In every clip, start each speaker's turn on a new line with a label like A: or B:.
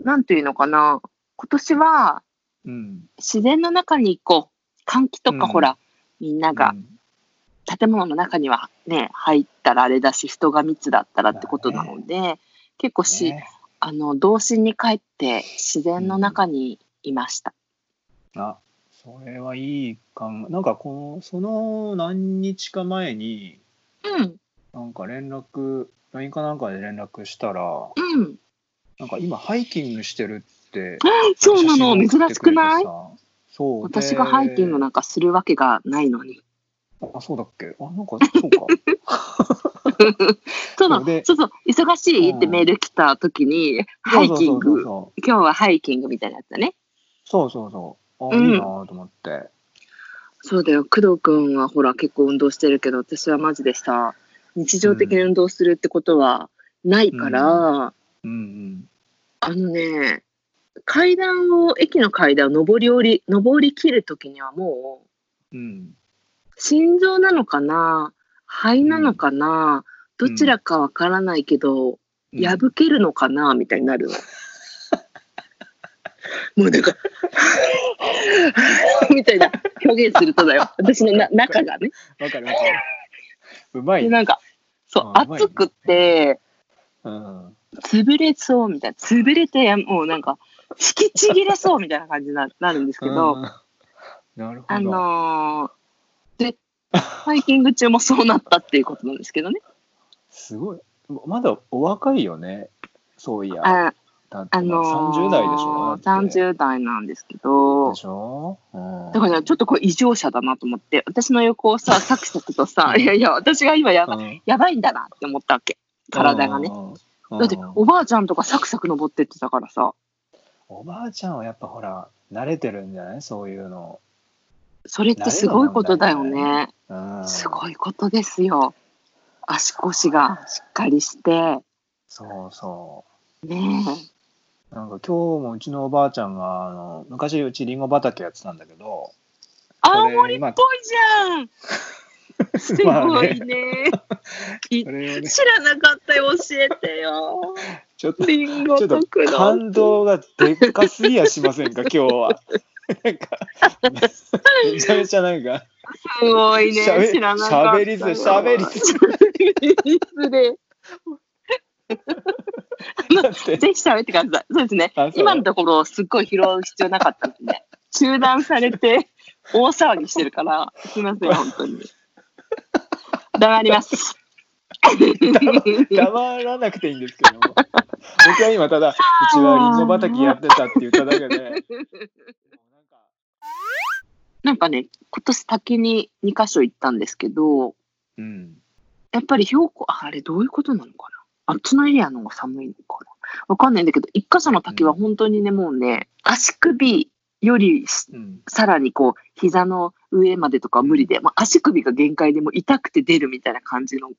A: なんていうのかな。今年は
B: うん。
A: 自然の中に行こう。換気と
B: うん
A: かほら、みんなが
B: うん
A: 建物の中にはね、入ったらあれだし、人が密だったらってことなので、結構し、
B: ね
A: あの、童心に帰って自然の中にいました。
B: あそれはいいかんなんかこのその何日か前に
A: うん、
B: なんか連絡 LINE かなんかで連絡したら
A: うん。
B: なんか今ハイキングしてるって
A: そうなの、
B: 写真を送
A: 珍
B: って
A: し
B: く
A: く
B: れてさ
A: ない
B: そう
A: 私がハイキング
B: な
A: なんかするわけがないの に。
B: あそうだっけあなんか そうか
A: そうな
B: そう
A: の
B: で
A: そうそう、忙しいって
B: うん
A: メール来た時に、ハイキング、
B: そう
A: 今日はハイキングみたいなやつだね。
B: そうそうそうそうそうあ、
A: うん
B: いいなと思って
A: そうだよ、工藤君はほら結構運動してるけど、私はマジでさ、日常的に運動するってことはないから、
B: うん
A: あのね、階段を、駅の階段を上り降り、上り切る時にはもう、
B: うんうん
A: 心臓なのかな、肺なのかな、
B: うん
A: どちらかわからないけど、
B: うん
A: 破けるのかなみたいになるの。もうなんか みたいな表現するとだよ私のな中がね。
B: わかるわかるうま
A: で
B: い
A: なんかそう
B: あうまいね
A: 熱くって
B: うん
A: 潰れそうみたいな潰れてもうなんか引きちぎれそうみたいな感じにななるんですけど、
B: うんなるほど
A: あのーでハイキング中もそうなったっていうことなんですけど ね。
B: すごい。まだお若いよね。そういや。
A: あ
B: だって
A: あのー、
B: 30代でしょ。だって
A: 30代なんですけど
B: で。しょ。うん
A: だからねちょっとこれ異常者だなと思って私の横をさ サクサクとさいやいや私が今やば,、
B: うん
A: やばいんだなって思ったわけ体がね。
B: うん
A: だって
B: うん
A: おばあちゃんとかサクサク登ってってたからさ
B: おばあちゃんはやっぱほら慣れてるんじゃないそういうの。
A: それってすごいことだよ
B: 慣れが
A: ね
B: うん、
A: すごいことですよ足腰がしっかりして
B: そうそ
A: ね
B: う。なんか今日もうちのおばあちゃんがあの昔うちりんご畑やってたんだけど。
A: え青
B: 森っ
A: ぽい じゃんす
B: す
A: ごいね
B: それをね
A: 知らなかったよ教えてよ
B: ちょっと
A: リンゴ
B: ちょっ
A: と
B: と
A: くの
B: 感動がでっかすぎやしません か今日は。なんかめちゃめちゃなんか。
A: すごいね。
B: しゃべ
A: 知らなかった。
B: しゃべりずしゃべ りず
A: しゃべりずで。
B: だって
A: ぜひしゃべってください。そうですね
B: あそう。
A: 今のところ、すっごい拾う必要なかったのでね。 中断されて、大騒ぎしてるから、すみま せん、本当に。黙ります。
B: 黙らなくていいんですけども僕は今ただうちはりんご畑やってたって言っただけで もうなんか
A: なんかね、今年滝に2カ所行ったんですけど、
B: うん
A: やっぱり標高、ああれどういうことなのかなあっちのエリアの方が寒いのかなわかんないんだけど、一箇所の滝は本当にね、もうね、足首よりし
B: うん
A: さらにこう、膝の上までとかは無理で、まあ、足首が限界でもう痛くて出るみたいな感じの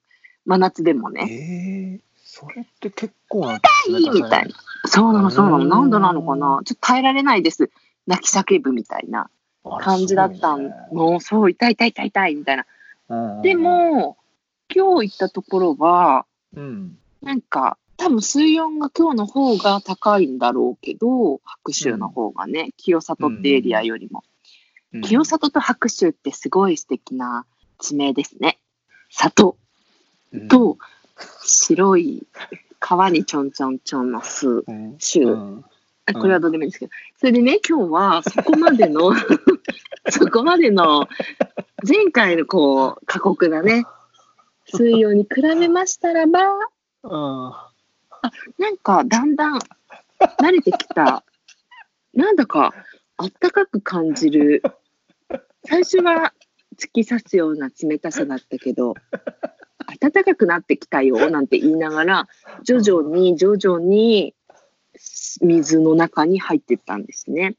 A: 真夏でもね。
B: えー、それって結構な
A: 痛いみたいな。そうなの、そうなの。なんだなのかなちょっと耐えられないです。泣き叫ぶみたいな感じだったん。もう、そう、痛い痛い痛い痛いみたいな。で、も、今日行ったところは、
B: あすごいねうん
A: なんか、多分水温が今日の方が高いんだろうけど、白州の方がね、清里ってエリアよりも。
B: うん、
A: 清里と白州ってすごい素敵な地名ですね。里
B: うん、
A: と白い川にちょんちょんちょんの巣。
B: うん
A: 州、
B: うん
A: あこれはどうでもいいんですけど、それでね、今日はそこまでの、 そこまでの、前回のこう、過酷なね、水温に比べましたらば、
B: うん
A: なんかだんだん慣れてきた。なんだかあったかく感じる。最初は突き刺すような冷たさだったけど、暖かくなってきたよなんて言いながら、徐々に徐々に水の中に入ってったんですね。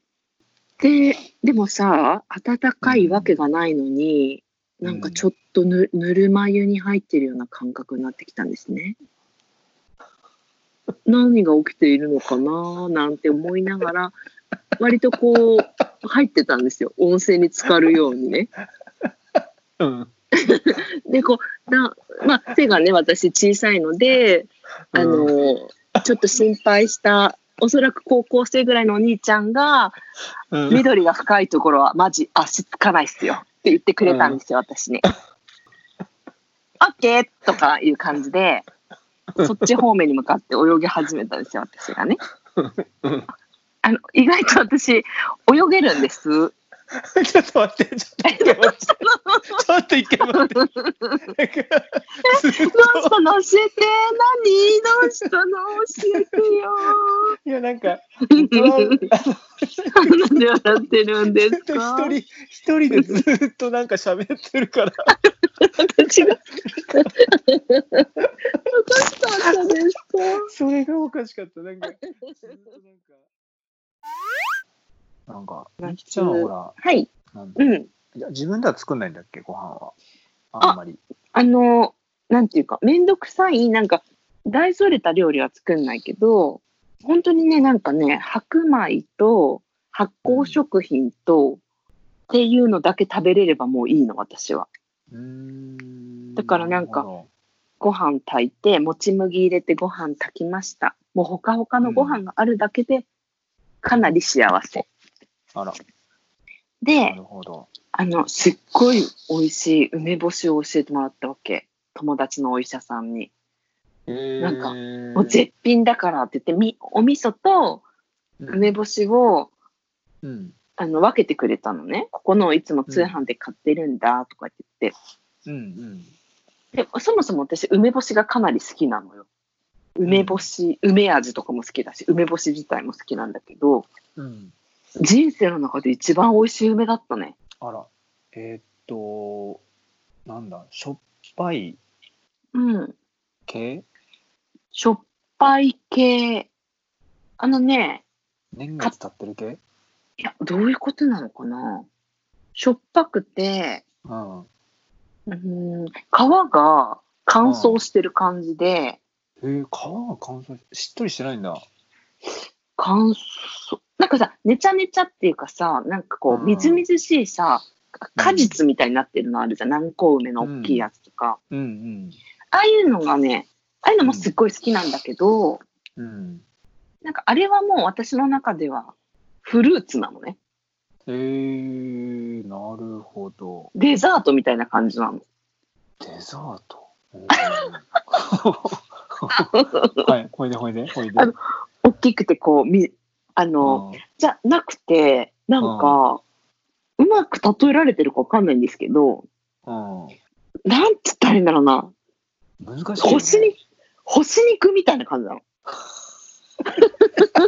A: で、でもさ、暖かいわけがないのに、なんかちょっとぬぬるま湯に入ってるような感覚になってきたんですね。何が起きているのかななんて思いながら割とこう入ってたんですよ温泉に浸かるようにね。
B: うん
A: でこうだ、まあ、手がね私小さいのであのちょっと心配したおそらく高校生ぐらいのお兄ちゃんが、
B: うん、
A: 緑が深いところはマジ足つかないっすよって言ってくれたんですよ、私に。オッケーとかいう感じで、そっち方面に向かって泳ぎ始めたんですよ、私がね。あの意外と私、泳げるんです。
B: ちょっと待って、ちょっと待って、ちょっと一回待って。なんかずっと
A: どうしたの教えて何どうしたの教えてよ
B: いや、なんか、僕は
A: なんで笑ってるんです
B: あ
A: か
B: の一人、一人でずっとなんか喋ってるから、
A: 私がおかしかったですか
B: それがおかしかった。なんか、ずっとなんか。なんか、みきちゃんはほら、
A: はい、
B: なんだ
A: うん。
B: いや自分では作んないんだっけ、ご飯は。あんまり。
A: あの、なんていうか、めんどくさい、なんか、大それた料理は作んないけど、本当にね、なんかね、白米と発酵食品と、っていうのだけ食べれればもういいの、私は。
B: うーん
A: だからなんか
B: るほ
A: ご飯炊いて、もち麦入れてご飯炊きました。もうほかほかのご飯があるだけで、かなり幸せ。
B: どあら、な
A: で、
B: るほど。
A: あの、すっごい美味しい梅干しを教えてもらったわけ。友達のお医者さんに。なんかもう絶品だからって言って、みお味噌と梅
B: ね、
A: 干しを
B: うん。
A: あの分けてくれたのね。ここのをいつも通販で買ってるんだとか言っ
B: うんうん。
A: て。で、そもそも私、梅干しがかなり好きなのよ。梅干し、梅味とかも好きだし、梅干し自体も好きなんだけど、
B: うん。
A: 人生の中で一番美味しい梅だったね。
B: あら、えーっと、なんだ、しょっぱい
A: うん。
B: 系
A: しょっぱい系。あのね、
B: 年月経ってる系
A: いや、どういうことなのかなしょっぱくて、
B: うん。
A: うーん、皮が乾燥してる感じで、
B: えー、皮が乾燥し、しっとりしてないんだ。
A: 乾燥、なんかさ、ねちゃねちゃっていうかさ、なんかこ
B: う
A: う、
B: ん
A: みずみずしいさ、果実みたいになってるのあるじゃん。南高梅の大きいやつとか。
B: うん
A: ああいうのがね、ああいうのもすっごい好きなんだけど、
B: うん。うん。
A: なんかあれはもう私の中ではフルーツなのね。
B: えー、なるほど。
A: デザートみたいな感じなの。
B: デザート。うん はい、ほいでほいで、ほいで。
A: あの大きくてこう、みあの、
B: うん
A: じゃなくて、なんか、うまく例えられてるかわかんないんですけど、なんつったらいいんだろうな。
B: うん。難しいよね。
A: 干し 肉、干し肉みたいな感じなの。
B: な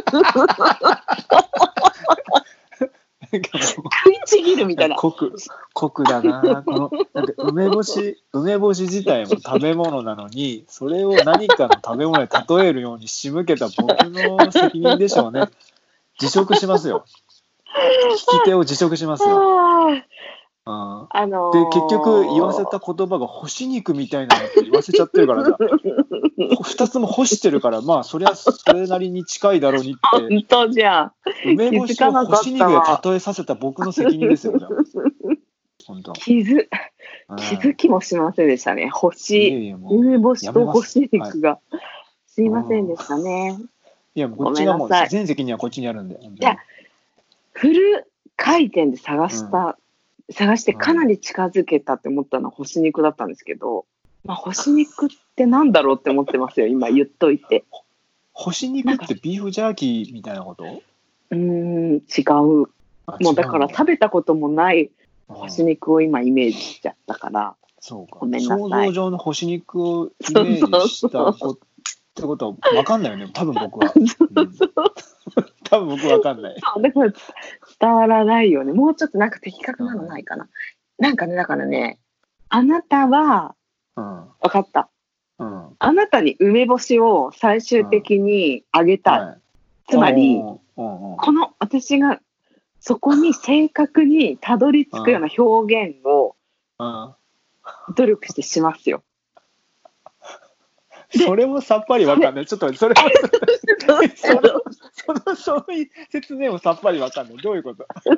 B: んかもう
A: 食いちぎるみたいな。
B: 濃く濃くだなこのなんか梅干し梅干し自体も食べ物なのにそれを何かの食べ物に例えるように仕向けた僕の責任でしょうね辞職しますよ聞き手を辞職しますよ、
A: あー
B: うん、
A: あの
B: で
A: ー
B: 結局言わせた言葉が干し肉みたいなのって言わせちゃってるからさ2つも干してるからまあそりゃそれなりに近いだろうにって
A: 本当じゃん。
B: 梅干しを干し肉で例えさせた僕の責任ですよじゃあ本当
A: 気づ、
B: うん
A: 気づきもしませんでしたね。干
B: い
A: し、
B: やいやもう
A: 梅干し
B: やめ
A: と
B: ます
A: 干し肉が。すいませんでしたね。
B: いやもうこっちがも
A: ごめ
B: う
A: な
B: ん
A: さい
B: 全責任はこっちにあるんで。
A: いやフル回転で探した、探してかなり近づけたって思ったのは干し肉だったんですけど、まあ、干し肉ってなんだろうって思ってますよ今言っといて
B: 干し肉ってビーフジャーキーみたいなこと？
A: うーん違うもうだから食べたこともない
B: 干
A: 干し肉を今イメージしちゃったから
B: そうか。
A: ごめんなさい
B: 想像上の干し肉をイメージしたこってことはわかんないよね。多分僕 は。うん多分僕わかんない。
A: そうだから伝わらないよねもうちょっとなんか的確なのないかな、なんかねだからねあなたは
B: うんうん
A: 分かった
B: は
A: あなたに梅干しを最終的にあげ
B: い。
A: たい、つまり、
B: うんうんうん
A: この私がそこに正確にたどり着くような表現を
B: うん
A: 努力してしますよ。
B: それもさっぱりわかんない。ちょっとそれもそのその そういう説明もさっぱりわかんない。どういうこと？ ち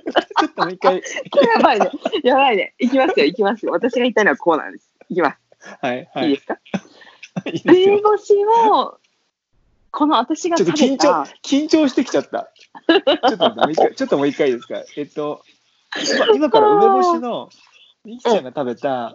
B: ょっともう一回
A: やばいね。やばいね。いきますよ。いきますよ。私が言いたいのはこうなんです。いきます。
B: はいはい
A: い
B: い
A: ですか
B: いですよ
A: 梅。干しをこの私が
B: ちょっ
A: 食べ
B: と
A: た
B: 緊張、緊張してきちゃった。ちょっともう 一回、ちょっともう一回いいですか。えっと、今今から梅干しの、みきちゃんが食べた、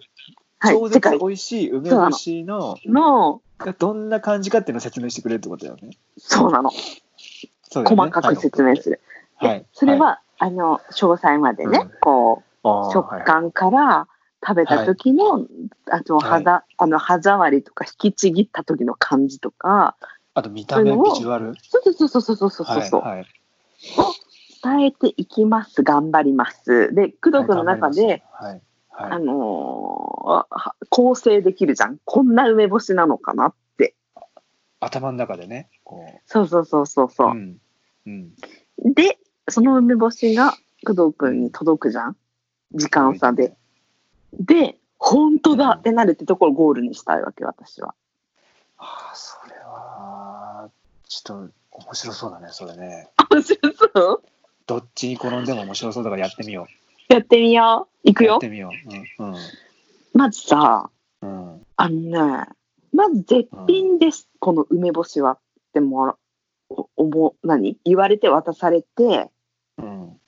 B: 超
A: はい、世
B: 絶
A: 界
B: 美味しい梅干しの、
A: の、
B: がどんな感じかっていうのを説明してくれるってことだよね。
A: そうなの、
B: そうだよね
A: 細かく説明する。
B: はい。
A: でそれ
B: い、
A: は、あの、詳細までね、
B: うん
A: こ
B: あ
A: う、
B: ー
A: 食感から食べた時の、あと
B: はい
A: 歯ざ、あの、歯触りとか、引きちぎった時の感じとか、
B: あと見た目、
A: そういう
B: ビ
A: のを
B: ジュアル。
A: そうそうそうそうそうそうそう。
B: はいはい
A: 伝えていきます、頑張ります。で、工藤君の中で、、
B: はいはい
A: あのーは構成できるじゃん。こんな梅干しなのかなって。
B: 頭の中でね、こ
A: そうそうそうそう
B: う。
A: そう
B: う。んうん、
A: で、その梅干しが工藤くんに届くじゃん。時間差で。。で、本当だってなるってところをゴールにしたいわけ、私 は。
B: ああ、それは、ちょっと面白そうだね、それね。
A: 面白そう
B: どっちに転んでも面白そうだからやってみよう。
A: やってみよう。いく
B: やっ
A: よ
B: て。みよう。うん
A: まずさ、
B: うんうん
A: あのね、まず絶品です、この梅干しはってもら、お思う、何言われて渡されて、
B: うん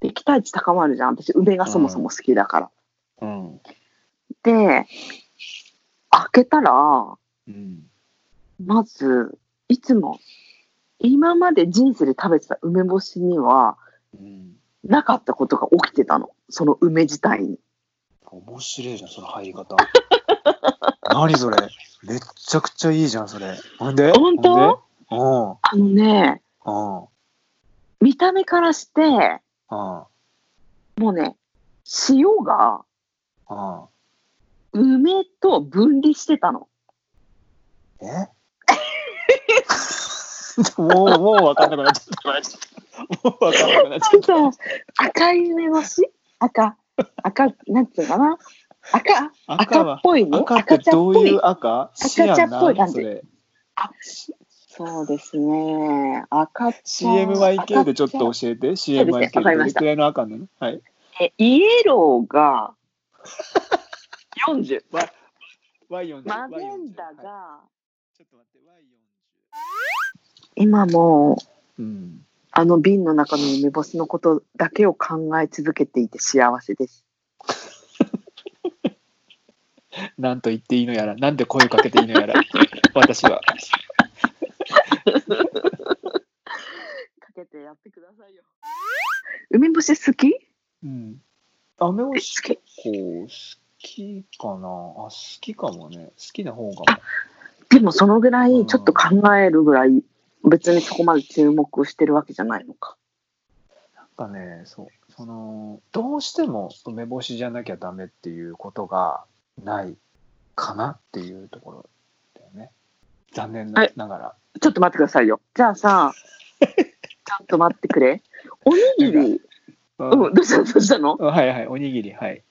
A: で、期待値高まるじゃん。私、梅がそもそも好きだから。
B: うん
A: で、開けたら、
B: うん
A: まず、いつも、今まで人生で食べてた梅干しには、
B: うん
A: なかったことが起きてたの。その梅自体に。
B: 面白いじゃん、その入 り方。何それめっちゃくちゃいいじゃん、それ。ほんで
A: 本当
B: ほ
A: あのね、
B: ん
A: 見た目からして、
B: でうん。うん。
A: もうね、塩が
B: うん。
A: 梅と分離してたの。
B: えもう、もう分かんなくなっちゃった。もう分かんなくなっちゃっ
A: そう赤い梅干し赤、赤、なんていうのかな赤、
B: た。赤
A: 赤っ
B: は、
A: ぽいね。
B: 赤ってどういう
A: 赤
B: 赤
A: 茶っぽい赤茶っぽい感じ
B: シアンなそれ。
A: 茶っぽいあそうですね。赤茶
B: CMYK でちょっと
A: 赤茶
B: 教え
A: そうで
B: て。
A: す
B: CMYK
A: ねわか
B: ど
A: りま
B: れ
A: した
B: くらいの赤なのはい。
A: えイエローが40。
B: Y40。
A: マゼンダが、
B: はいちょっと待って、Y40。
A: 今もう
B: うん。
A: あの瓶の中の梅干しのことだけを考え続けていて幸せです。
B: なんと言っていいのやら、なんで声をかけていいのやら、 私は。
A: かけてやってくださいよ。梅干し好き
B: うん。アメオ
A: え
B: シ
A: 好き
B: コ好きかなあ、好きかもね。好きな方かも。
A: でもそのぐらいちょっと考えるぐらい別にそこまで注目してるわけじゃないのか。
B: なんかねそうそのどうしても梅干しじゃなきゃダメっていうことがないかなっていうところだよね残念な
A: はい
B: ながら
A: ちょっと待ってくださいよ。じゃあ さ、ちょっと待ってくれ。おにぎり、
B: うん
A: うん、どうしたのどうしたの
B: はいはいおにぎりはい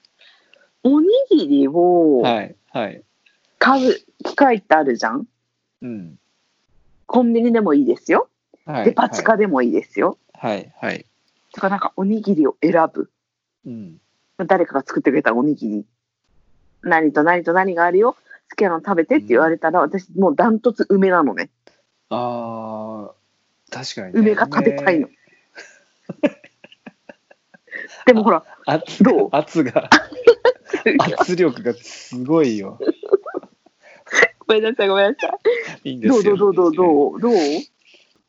A: おにぎりを
B: はいはい
A: 買う機会ってあるじゃん
B: うん
A: コンビニでもいいですよ。
B: はい
A: デパ地下でもいいですよ。
B: はいはい
A: とかなんかおにぎりを選ぶ。
B: うん
A: 誰かが作ってくれたおにぎり。何と何と何があるよ。好きなの食べてって言われたら、私もうダントツ梅なのね。
B: あー確かに、ね、
A: 梅が食べた いの。でもほら、
B: 圧
A: どう
B: 圧 が圧力がすごいよ
A: ごめんなさい、ごめんなさい。
B: いいんで
A: どう
B: す
A: ど
B: よ
A: うどうどうどうどう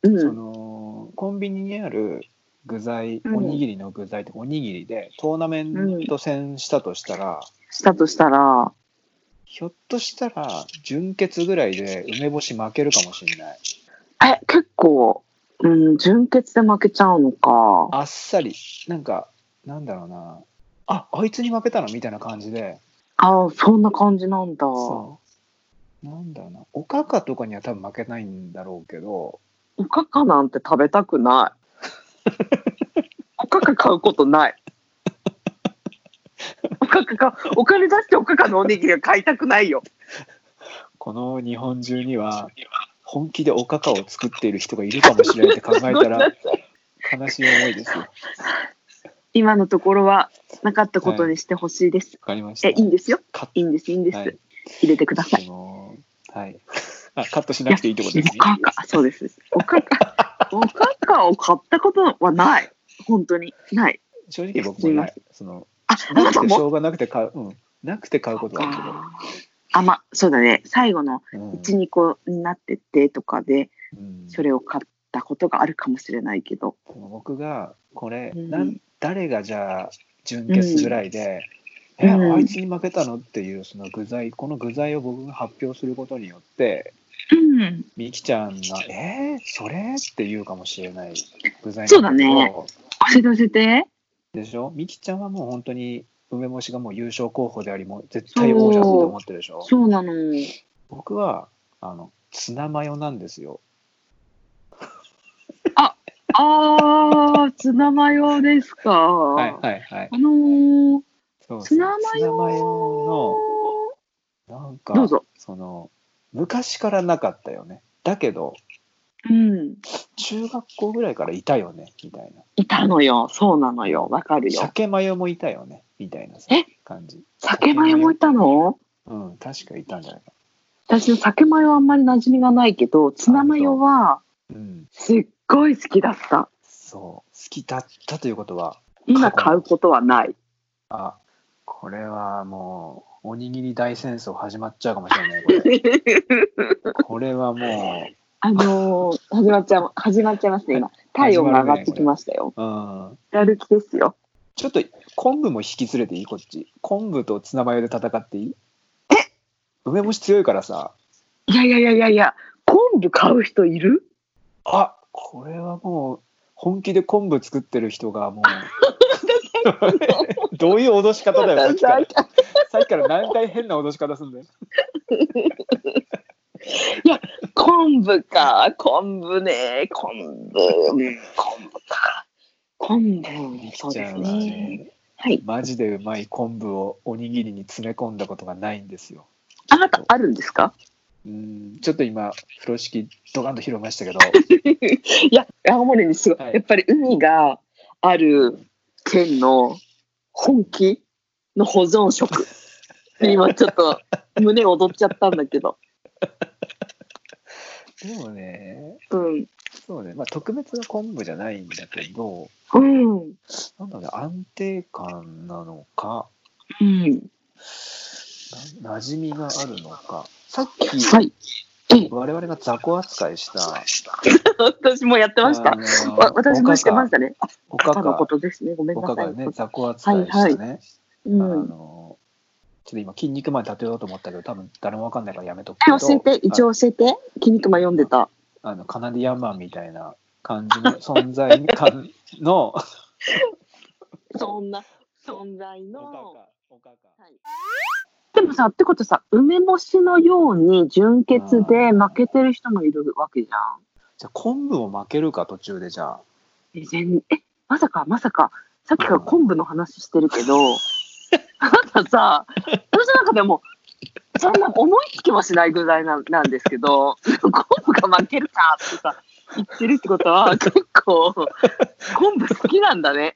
A: う
B: そ
A: ん。
B: のコンビニにある具材
A: うん
B: おにぎりの具材っておにぎりでトーナメント戦したとしたら、
A: したとしたら、
B: ひょっとしたら準決ぐらいで梅干し負けるかもしれない
A: え、結構、うん、純潔で負けちゃうのか。
B: あっさりなんかなんだろうなああいつに負けたのみたいな感じで
A: ああ、そんな感じなんだ。
B: そうなんだろうなおかかとかには多分負けないんだろうけど
A: おかかなんて食べたく ない。おかか買うことない。おかかかお金出しておかかのおにぎりは買いたくないよ。
B: この日本中には本気でおかかを作っている人がいるかもしれないって考えた ら悲しい思いですよわ
A: 今のところはなかったことにしてほしいです。
B: かりました
A: え、いいんですよ。
B: 勝
A: いいんです、いいんです。
B: はい
A: 入れてください。
B: そのはい。あカットしなくていいってことです
A: お
B: ね。
A: かか、そうです。おかか、おかかを買ったことはない。本当に。ない。
B: 正直僕もない。その
A: あ、あ
B: な
A: な
B: く
A: た
B: て
A: も
B: しょうがなくて買う、うん、なくて買うことはある
A: あーあ、ま、そうだね。最後の
B: けど、うん
A: 1、2個になってってとかで、
B: うん
A: それを買ったことがあるかもしれないけど。
B: 僕がこれ、
A: うん
B: なん誰がじゃあ準決ぐらいで、
A: うん
B: え
A: うん
B: あいつに負けたのっていうその具材この具材を僕が発表することによって
A: うん。
B: みきちゃんが「えー、それ?」って言うかもしれない具材なんけ
A: そ
B: ど
A: うだね教えて教えて。
B: でしょみきちゃんはもう本当に梅干しがもう優勝候補でありもう絶対王者だと思ってるでしょ
A: そうなの。
B: 僕はあのツナマヨなんですよ
A: あー、ツナマヨですか。
B: はいはいはい
A: あのー、
B: そうそう
A: ツナマヨ
B: ツナマヨのなんか
A: どうぞ。
B: その昔からなかったよねだけど
A: うん。
B: 中学校ぐらいからいたよねみたい
A: いたのよ。そうなのよ。わか
B: な
A: るよ。
B: 鮭マヨもいたよねみたいなさ
A: え
B: 感じ
A: 酒マヨもいたの
B: うん確かいたんじゃないか
A: 私の酒マヨはあんまり馴染みがないけど、ツナマヨは
B: なうん
A: すっごい好きだった。
B: そう好きだったということは
A: 今買うことはない。
B: あこれはもうおにぎり大戦争始まっちゃうかもしれないこれ これはも
A: あのー、始まっちゃう、始まっちゃいますね、今。体温が上がってきましたよ。
B: う、うん、
A: やる気ですよ。
B: ちょっと昆布も引き連れていいこっち昆布とツナマヨで戦っていいえ梅干し強いからさ
A: いやいやいやいやいや、昆布買う人いる
B: あこれはもう本気で昆布作ってる人がもうどういう脅し方だよさっきからさっきから何回変な脅し方すんだよ
A: 昆布か、昆布ね、昆布、うん昆布か。昆布、そうです
B: じゃあ
A: ね。はい。
B: マジでうまい昆布をおにぎりに詰め込んだことがないんですよ
A: あなた、あるんですか
B: うんちょっと今風呂敷ドカンと広げましたけど
A: いや、青森にすごい、
B: はい
A: やっぱり海がある県の本気の保存食。今ちょっと胸躍っちゃったんだけど。
B: でもね
A: うん。
B: そうねまあ特別な昆布じゃないんだけど
A: うん。
B: なんだろうね安定感なのか
A: うん。
B: な馴染みがあるのかさっき
A: はい。
B: 我々が雑魚扱いした
A: 私もやってました。わ私もしてましたね。あ、
B: お
A: パ
B: か
A: パのこ
B: か、
A: とですね。ごめん
B: お
A: な
B: か
A: さ
B: か
A: い。
B: ね、雑魚扱いしたね。
A: う
B: あ
A: ん。
B: のちょっと今、筋肉マンに例えようと思ったけど、多分誰もわかんないからやめとくけ
A: え、
B: ど、
A: 教えて、一応教えて。筋肉マン読んでた。
B: あのカナディアンマンみたいな 感じの存在感の、
A: そんな存在の。
B: おかか
A: でもさ、ってことさ、梅干しのように純潔で負けてる人もいるわけじゃん。
B: じゃあ、昆布も負けるか、途中でじゃあ。
A: え全えまさかまさかさっきから昆布の話してるけ ど、あなたさ私なんかでもそんな思いつきもしないぐらいなんなんですけど昆布が負けるかってさ言ってるってことは 結構昆布好きなんだね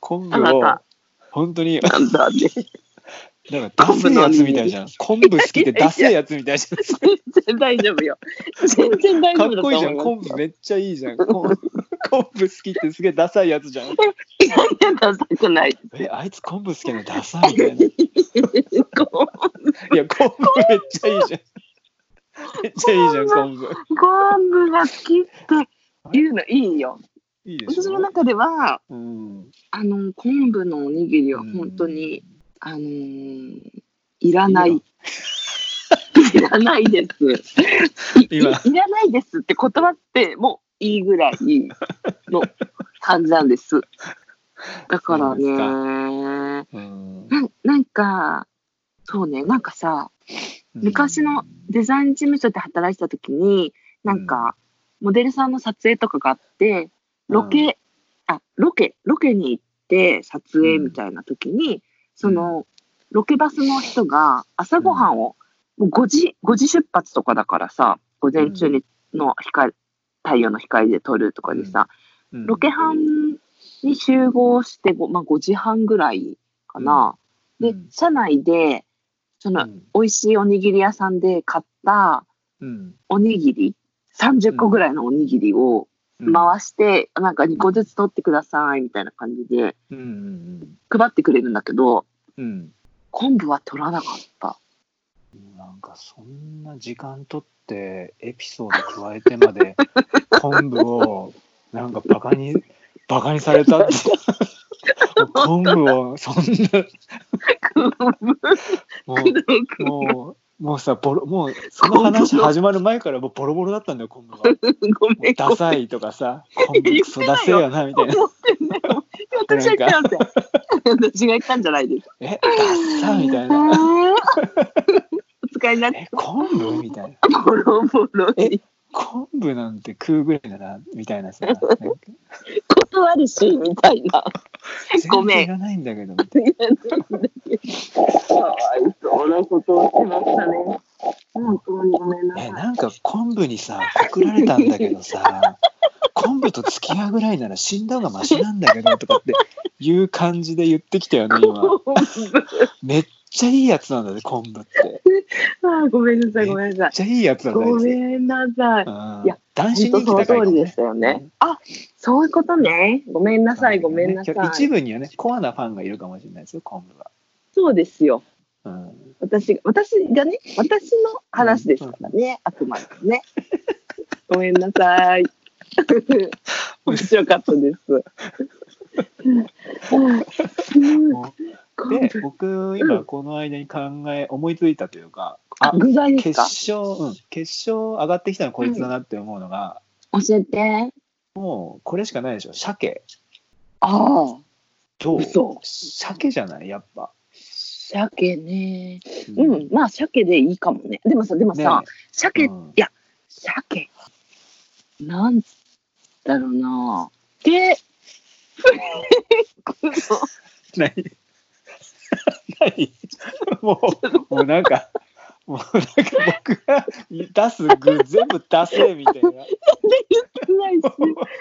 B: 昆
A: あ
B: 布
A: な
B: を
A: た、
B: 本当に、
A: なんだね
B: なんか、ダセえやつみたいじゃん。昆布好 きでダセえやつみたいじゃん。
A: 全然大丈夫よ全然大丈
B: か
A: 夫
B: っ
A: だと
B: こい
A: 思い
B: いじゃん。
A: ます
B: 昆布めっちゃいいじゃん。昆 布昆布好きってすげえダサいやつじゃん。
A: いやいやダサくない
B: え、あいつ昆布好きなのダサいみたいな。い
A: 昆
B: や、昆布めっちゃいいじゃん。めっちゃいいじゃん、昆布。
A: 昆布が好きっていうのいいよ
B: いいでし
A: 私の
B: ょ。
A: 中では
B: うん。
A: あの昆布のおにぎりは本当に、あのーいらない。
B: い
A: いらないですいい。い
B: 今
A: らないですって言葉ってもういいぐらいの感じなん です。だから
B: そうです
A: ね
B: か
A: な
B: うん。
A: なんかそうねなんかさ昔のデザイン事務所で働いてた時になんかモデルさんの撮影とかがあって、ロケ、あ、ロケ、ロケに行って撮影みたいな時に、その、ロケバスの人が朝ごはんを、もう5時、5時出発とかだからさ、午前中にの光、太陽の光で撮るとかでさ、
B: うん、
A: ロケ班に集合して、ごまあ、5時半ぐらいかな。
B: うんう
A: で
B: ん、
A: 車内で、その、
B: うん
A: 美味しいおにぎり屋さんで買った
B: うん。
A: おにぎり30個ぐらいのおにぎりを
B: うん
A: 回して、なんか2個ずつ取ってくださいみたいな感じで
B: うんうん
A: 配ってくれるんだけど
B: うん。うん。
A: 昆布は取らなかった
B: なんかそんな時間取ってエピソード加えてまで 昆布をなんかバカにバカにされ たって昆布をそんな
A: 昆布
B: も
A: 工藤
B: う
A: 君
B: もうもうさボロもうその話始まる前からもうボロボロだったんだ よ昆布が。も
A: ごめ
B: うんダサいとかさ昆布クソダセえよなみた
A: 思
B: いな。
A: ってんだよ私は言ってません 私が言ったんじゃないです
B: えダッサみたいな。
A: なお使いになって
B: え昆布みたいな。
A: ボロボロに
B: 昆布なんて食うぐらいならみたいな さ。なんか
A: 断るしみたいなごめん
B: 全然いらないんだけどみたいな。
A: かわいそうなことをしましたね。本当にごめんな
B: え
A: さい。
B: なんか昆布にさ告られたんだけどさ昆布と付き合うぐらいなら死んだ方がマシなんだけどとかっていう感じで言ってきたよね今めっちゃいいやつなんだね昆布ってめっ
A: あ あごめんなさい、ごめんなさ
B: ちゃいいやつ
A: い。
B: なんだ
A: ごめ
B: ね
A: んなさい。いや
B: 男子
A: 本当
B: 人気
A: そ
B: 高い
A: の
B: か
A: 通
B: も
A: り
B: ね
A: でしたよね。あそういうことね。ごめんなさい、ごめんなさい。
B: 一部にはねコアなファンがいるかもしれないですよ昆布は、
A: そうですよ。
B: うん、
A: 私私がね、私の話ですからね、あくまでね。ごめんなさい。面白かったです。うん
B: もうで僕今この間に考え思いついたというか
A: あ、
B: あ
A: 具材で
B: 決
A: すか
B: 勝、うん、決勝上がってきたのこいつだなって思うのが、
A: 教えて。
B: もうこれしかないでしょ鮭
A: ああ、
B: どう
A: 嘘
B: 鮭じゃないやっぱ
A: 鮭ね。
B: う
A: うん、まあ鮭でいいかもね。でもさ、でもさ、
B: ね
A: 鮭、
B: うん
A: 鮭。なんだろうな。で、フレークの
B: 何 何もうもうなんかもうなんか僕が出す具全部出せみたいな
A: 言ってないし、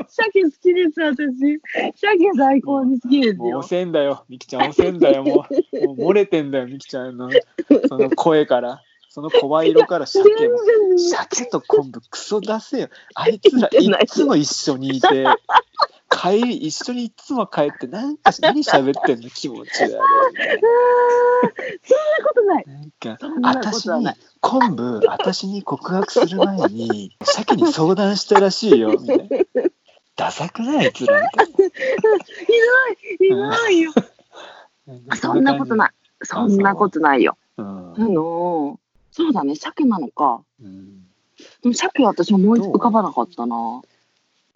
A: 鮭好きです、私。鮭最高に好きです
B: もう
A: よ
B: 押。せんだよみきちゃん押せんだよもうもう漏れてんだよみきちゃんのその声からその声色から
A: 全
B: 鮭
A: 然
B: も鮭と昆布クソ出せよあいつらいっつも一緒にいて帰り一緒にいっつも帰ってなんか何喋ってんの気持ち悪
A: あーそん
B: い
A: なことない。
B: なんか
A: そんなことは
B: 私に
A: ない。
B: 昆布私に告白する前に鮭に相談したらしいよみたいなダサくないあいつらみ
A: ひどい、ひどいよ。
B: たい
A: そんなこと
B: い
A: ない。そんなことないよ。
B: うん
A: あの、そうだね、鮭なのか。
B: うん
A: でも鮭は私思い浮かばなかったな。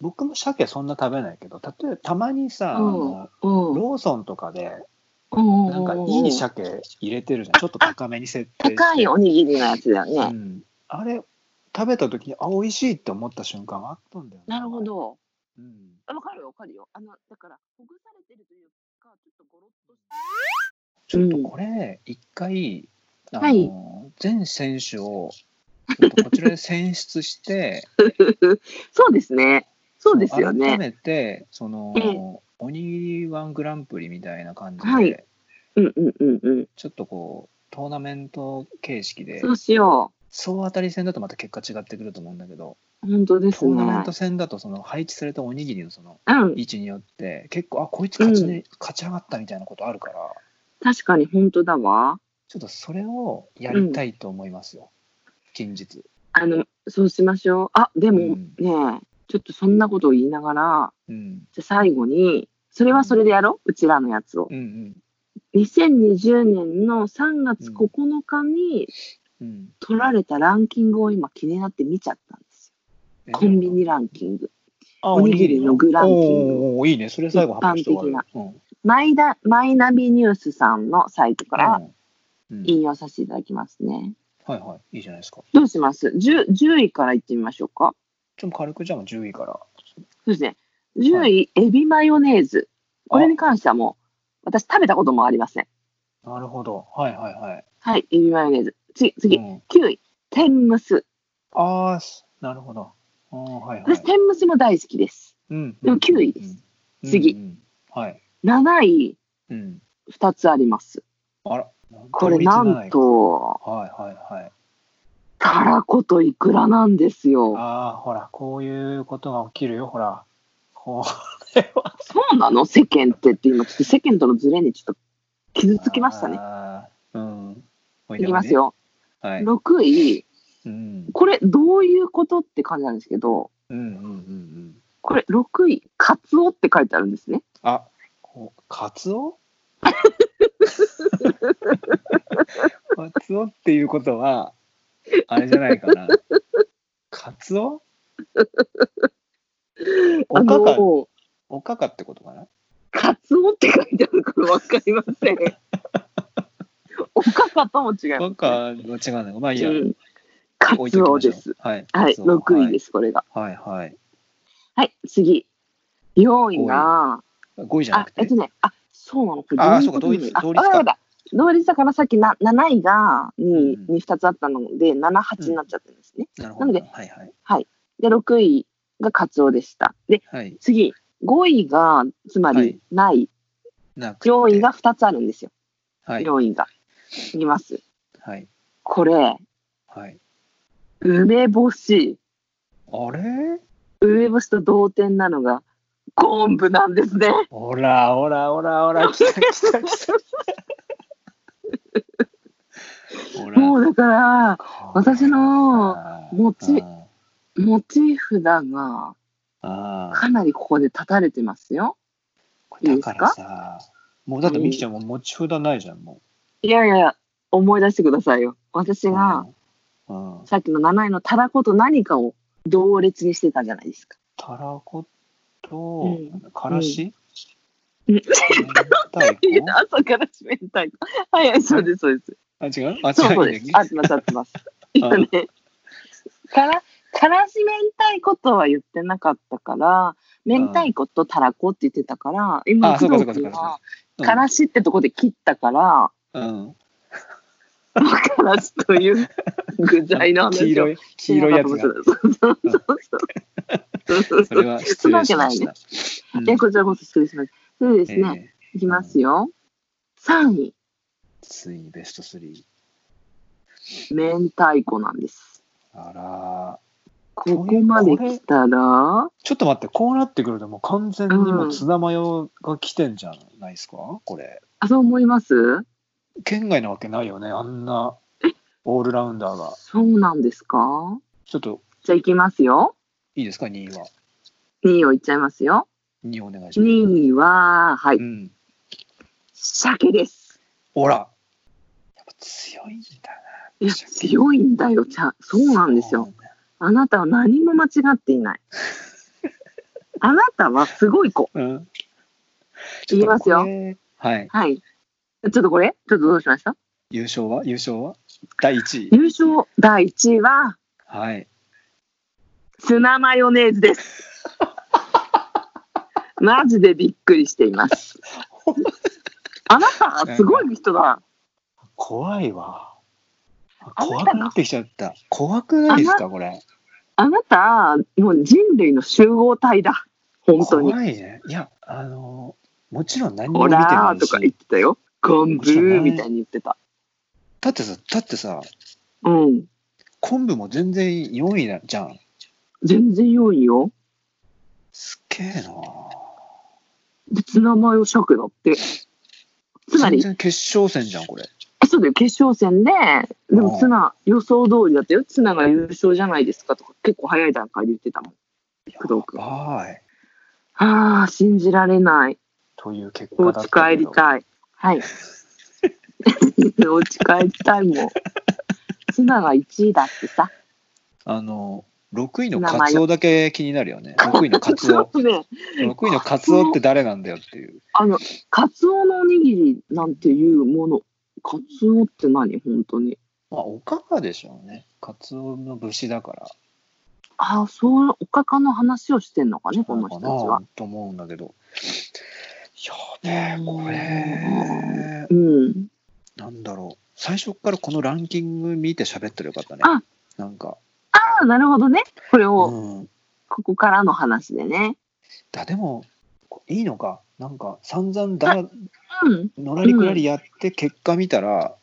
B: 僕も鮭そんな食べないけど例えばたまにさ、あの
A: うん。
B: ローソンとかで
A: うん
B: なんかいい鮭入れてるじゃんちょっと高めに設定して
A: 高いおにぎりのやつだよ
B: う
A: ね。
B: ん、あれ食べた時にあ美味しいって思った瞬間があったんだよね
A: なるほ、ど。
B: うん、
A: わかるよわかるよ。あのだからほぐされてるというかちょっとゴロッとした。う
B: ちょっと
A: ん。
B: これ一回、あの
A: はい
B: 全選手 をちょっとこちらで選出して
A: そうですね。そうですよ
B: 改
A: ね。
B: めてその、
A: ええ
B: おにぎりワングランプリみたいな感じで、
A: はいうんうんうんうん。
B: ちょっとこうトーナメント形式で
A: そうしよ
B: 総当たり戦だとまた結果違ってくると思うんだけど、
A: う。本当です
B: トーナメ
A: ね
B: ント。戦だとその配置されたおにぎりのその
A: うん。
B: 位置によって結構あこいつ勝ち,、ね勝ち上がったみたいなことあるから
A: 確かに本当だわ。
B: ちょっとそれをやりたいと思いますよ、近日。
A: あのそうしましょう。あでも
B: う
A: ね
B: ん
A: え、ちょっとそんなことを言いながら
B: うん
A: じゃあ最後にそれはそれでやろう。うちらのやつを
B: う。ん
A: 2020年の3月9日に
B: うんうん
A: 取られたランキングを今気になって見ちゃったんです
B: え
A: よ。コンビニランキング。
B: あ
A: おにぎりのグランキング
B: おーおーいいねそれ最後発表して終わるうん
A: マイダマイナビニュースさんのサイトから
B: うんうん
A: 引用させていただきますね。
B: はいはいいいじゃないですか
A: どうします 10, 10位からいってみましょうか。
B: ちょっと軽くじゃあもう10位から
A: そうですね。10位、エビマヨネーズ。これに関してはもう、私食べたこともありません。
B: なるほどはいはいはい
A: はい、エビマヨネーズ。次、次、
B: うん
A: 9位、天むす。
B: ああなるほどあーはいは
A: 私、
B: い
A: 天むすも大好きです。
B: うん
A: でも9位です
B: うん
A: 次
B: うんうんはい
A: 7位、
B: うん
A: 2つあります。
B: あら
A: これ、なんと、
B: はいはいはい
A: たらことイクラなんですよ。
B: ああ、ほら、こういうことが起きるよ、ほら。こ
A: そうなの世間ってって今ちょっと世間とのズレにちょっと傷
B: う。
A: つきましたね。
B: あー。うん。お
A: いきます。よ。
B: はい。
A: 6位、
B: うん。
A: これどういうことって感じなんですけど、
B: うんうんうんうん。
A: これ6位、カツオって書いてあるんですね。
B: あ、こうカツオ カツオっていうことは、あれじゃないかな。カツオおか
A: あ
B: か、
A: の
B: おかかってことかな
A: カツオって書いてあるからわかりま せん。おかかとも違います、
B: おかかの違うのまあいいや。
A: うんカ
B: 置い
A: ツ
B: とき
A: オ
B: ましょ
A: で
B: う
A: す。。
B: はい。
A: はい、
B: カツオ
A: 6位です、これが。
B: はいはいはい。
A: はい、次。4位が、
B: 5位じゃな
A: あ
B: く、て。
A: えっとね、あ、そうなの、これ
B: あー
A: どい
B: そ
A: ことなの
B: うか同率同率か
A: あわかった同率だからさっきな7位がに,、
B: うん
A: に2つあったので、7、8になっちゃってるんですね。
B: なるほど。
A: なので
B: はいはい。
A: で、6位がカツオでした。で、
B: はい。
A: 次、5位が、つま
B: はい
A: りない、
B: なくて
A: 上位が2つあるんですよ、
B: はい。
A: 上位が。いきます。
B: はい。
A: これ、
B: はい。
A: 梅干し。
B: あれ
A: 梅干しと同点なのが、昆布なんですね。
B: ほらほらほらほら、来た来た来た。ほら
A: もうだから、私の持ち
B: あ
A: モチーフだが、
B: あ
A: かなりここで立たれてますよ。いい
B: だ
A: です
B: か
A: から
B: さもうだってみきちゃんもう持ち札ないじゃんも
A: いやいや、思い出してくださいよ。私
B: う、
A: が、
B: うんうん、
A: さっきの7位のたらこと何かを同列にしてたじゃないですか。
B: たらこ
A: う
B: と
A: ん
B: からし、
A: うんうん
B: 明太
A: いや
B: 子
A: 朝からめたい。はいはい、そうです、 そうです。
B: あ違うあ
A: そう
B: 違
A: そううん
B: だっ
A: です
B: け。
A: 合ってます、合ってます。いやね。から、からし明太子とは言ってなかったから、明太子とたらこって言ってたから、今、
B: あそう
A: 工
B: か
A: 藤君
B: そうかそう
A: は
B: か、
A: からしってとこで切ったから、
B: うん、
A: からしという具材の話を
B: 黄色い黄色いやつが
A: そうそう
B: そ
A: そう
B: れは失礼しました、うん
A: え、こちらこそ失礼します。それでですね、
B: え
A: いきますよ。3位、
B: ーついベスト3
A: 明太子なんです。
B: あら
A: ここまで来たら、
B: ちょっと待ってこうなってくるともう完全にもうツナマヨが来てんじゃないですかこれ
A: あ、そう思います
B: 県外なわけないよねあんなオールラウンダーが
A: そうなんですか
B: ちょっと
A: じゃあいきますよ。
B: いいですか2位は
A: 2位をいっちゃいますよ。
B: 2位お願いします、
A: 2位は、はい、
B: うん
A: 鮭です。
B: ほらやっぱ強いんだ
A: いや、強いんだよ、ちゃん。そうなんですよ。あなたは何も間違ってい ない。あなたはすごい子。
B: なうん
A: いきますよ
B: ちょっとこれはい
A: はい。ちょっとこれちょっとどうしました
B: 優勝は優勝は第1位
A: 優勝第1位は、
B: はい
A: ツナマヨネーズ です。マジでびっくりしています。 あなた、すごい人だ。
B: 怖いわ
A: あな
B: 怖
A: たが
B: くなってきちゃった怖くないですかこれ
A: あなた、もう人類の集合体だ。本当に。
B: 怖いねいやあのもちろん何も
A: ほ
B: 見てな
A: ら
B: い
A: ーとか言っ
B: して
A: たよ。昆布みたいに言ってた。
B: だってさだってさ
A: うん。
B: 昆布も全然4位だじゃん
A: 全然良いよ。
B: すっげえな
A: で、ツナマヨ鮭だって。つま
B: 全
A: り、
B: 然決勝戦じゃんこれ
A: そうだよ、決勝戦で、で
B: う
A: も
B: ん
A: ツナ、予想通りだったよ。ツナが優勝じゃないですかとか、結構早い段階で言ってたもん。工藤君。
B: はーい
A: ああ、信じられない。
B: という結
A: お
B: 果だっ
A: 家
B: た
A: 帰
B: け
A: り
B: ど
A: たい。 はい。 お家帰りたいもん。ツナが1位だってさ。
B: あの6位の
A: 名前
B: カツオだけ気になるよね6位のカツオ
A: そうね。
B: 6位のカツオって誰なんだよっていう
A: あの、カツオのおにぎりなんていうもの。カツオって何本当に。
B: まあおかかでしょうねカツオの節だから
A: ああ、そう、おかかの話をしてんのかね、この
B: なの
A: 人
B: か
A: たちは
B: な。と思うんだけどやべえこれ
A: うん。
B: なんだろう最初からこのランキング見て喋ったらよかったね
A: あ
B: なんか
A: ああ、なるほどね。これを、
B: うん
A: ここからの話でね。
B: だでもいいのかなんか散々だら
A: うん。
B: のらりくらりやって結果見たら、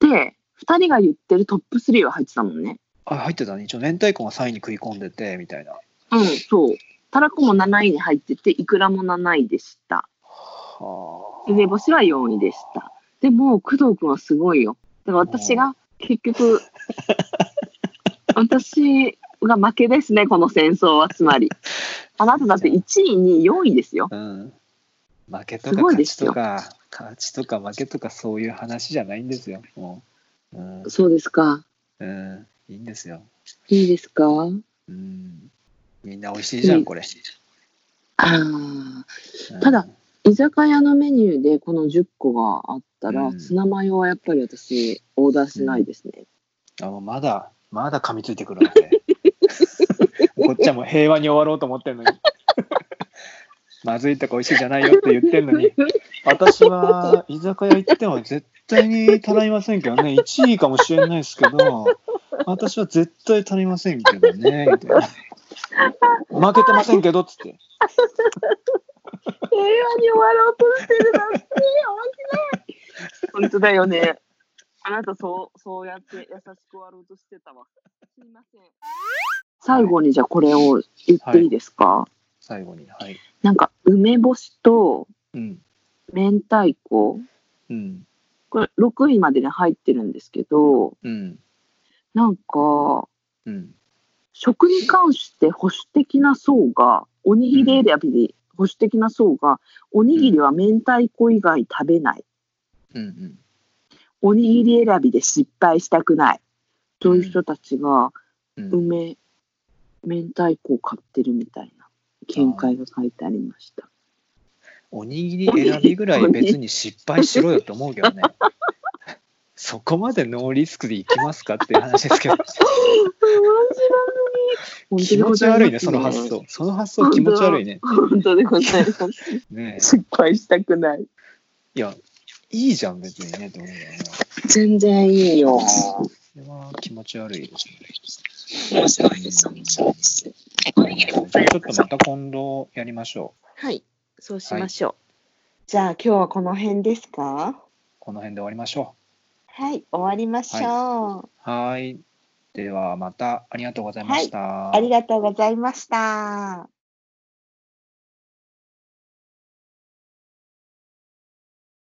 A: で、 2人が言ってるトップ3は入ってたもんね。
B: あ、入ってたね。一応、明太子が3位に食い込んでて、みたいな。
A: うん、そう。たらこも7位に入ってて、いくらも7位でした。
B: はあ。
A: 梅干しは4位でした。でも、工藤くんはすごいよ。だから私が結 局、私が負けですね、この戦争は。つまり。あなただって1位、2位、4位ですよ。
B: うん。負けと
A: す
B: か
A: ごい
B: 勝
A: で
B: ち
A: すよ
B: とか、勝ちとか負けとかそういう話じゃないんですよ。もう。うん。
A: そうですか。
B: うん。いいんですよ。
A: いいですか
B: うん。みんな美味しいじゃ、
A: うんん
B: これ。
A: ああ。ただ居酒屋のメニューでこの10個があったら、
B: うん
A: ツナマヨはやっぱり私オーダーしないですね、
B: あもうまだまだ噛みついてくるわけ こっちはもう平和に終わろうと思ってんのに まずいとか美味しいじゃないよって言ってんのに私は居酒屋行っても絶対に頼みませんけどね1位かもしれないですけど私は絶対頼みませんけどねみたいな負けてませんけどっつって
A: 平和に終わろうとしてるなんて面白い本当だよねあなたそうそうやって優しく終わろうとしてたわすいません最後にじゃあこれを言っていいですか、
B: 最後にはい
A: なんか梅干しと
B: うん
A: 明太子
B: うん
A: これ6位までに入ってるんですけど
B: うん
A: なんか
B: うん
A: 食に関して保守的な層がおにぎり選びで保守的な層がおにぎりは明太子以外食べない
B: うんうん
A: おにぎり選びで失敗したくないという人たちが
B: うん
A: 梅明太子を買ってるみたいな見解が書いてありました
B: おにぎり選びぐらい別に失敗しろよって思うけ どね。そこまでノーリスクでいきますかっていう話ですけど、
A: 面白す
B: 気
A: ぎ
B: 持ち悪いね、その発想。その発想気持ち悪いね。
A: 本当でございます
B: ね
A: 失敗したくない
B: えいや、いいじゃん、別にね、って思うんだよね。
A: 全然いいよ
B: それは気持ち悪いですね。
A: 面白いです面白いですおにぎりも
B: じゃあちょっとまた今度やりましょう。
A: はい、そうしましょう。じゃあ今日はこの辺ですか。
B: この辺で終わりましょ
A: はい、終わりましょう。
B: う。はーい。ではまたありがとうございました。
A: ありがとうございました。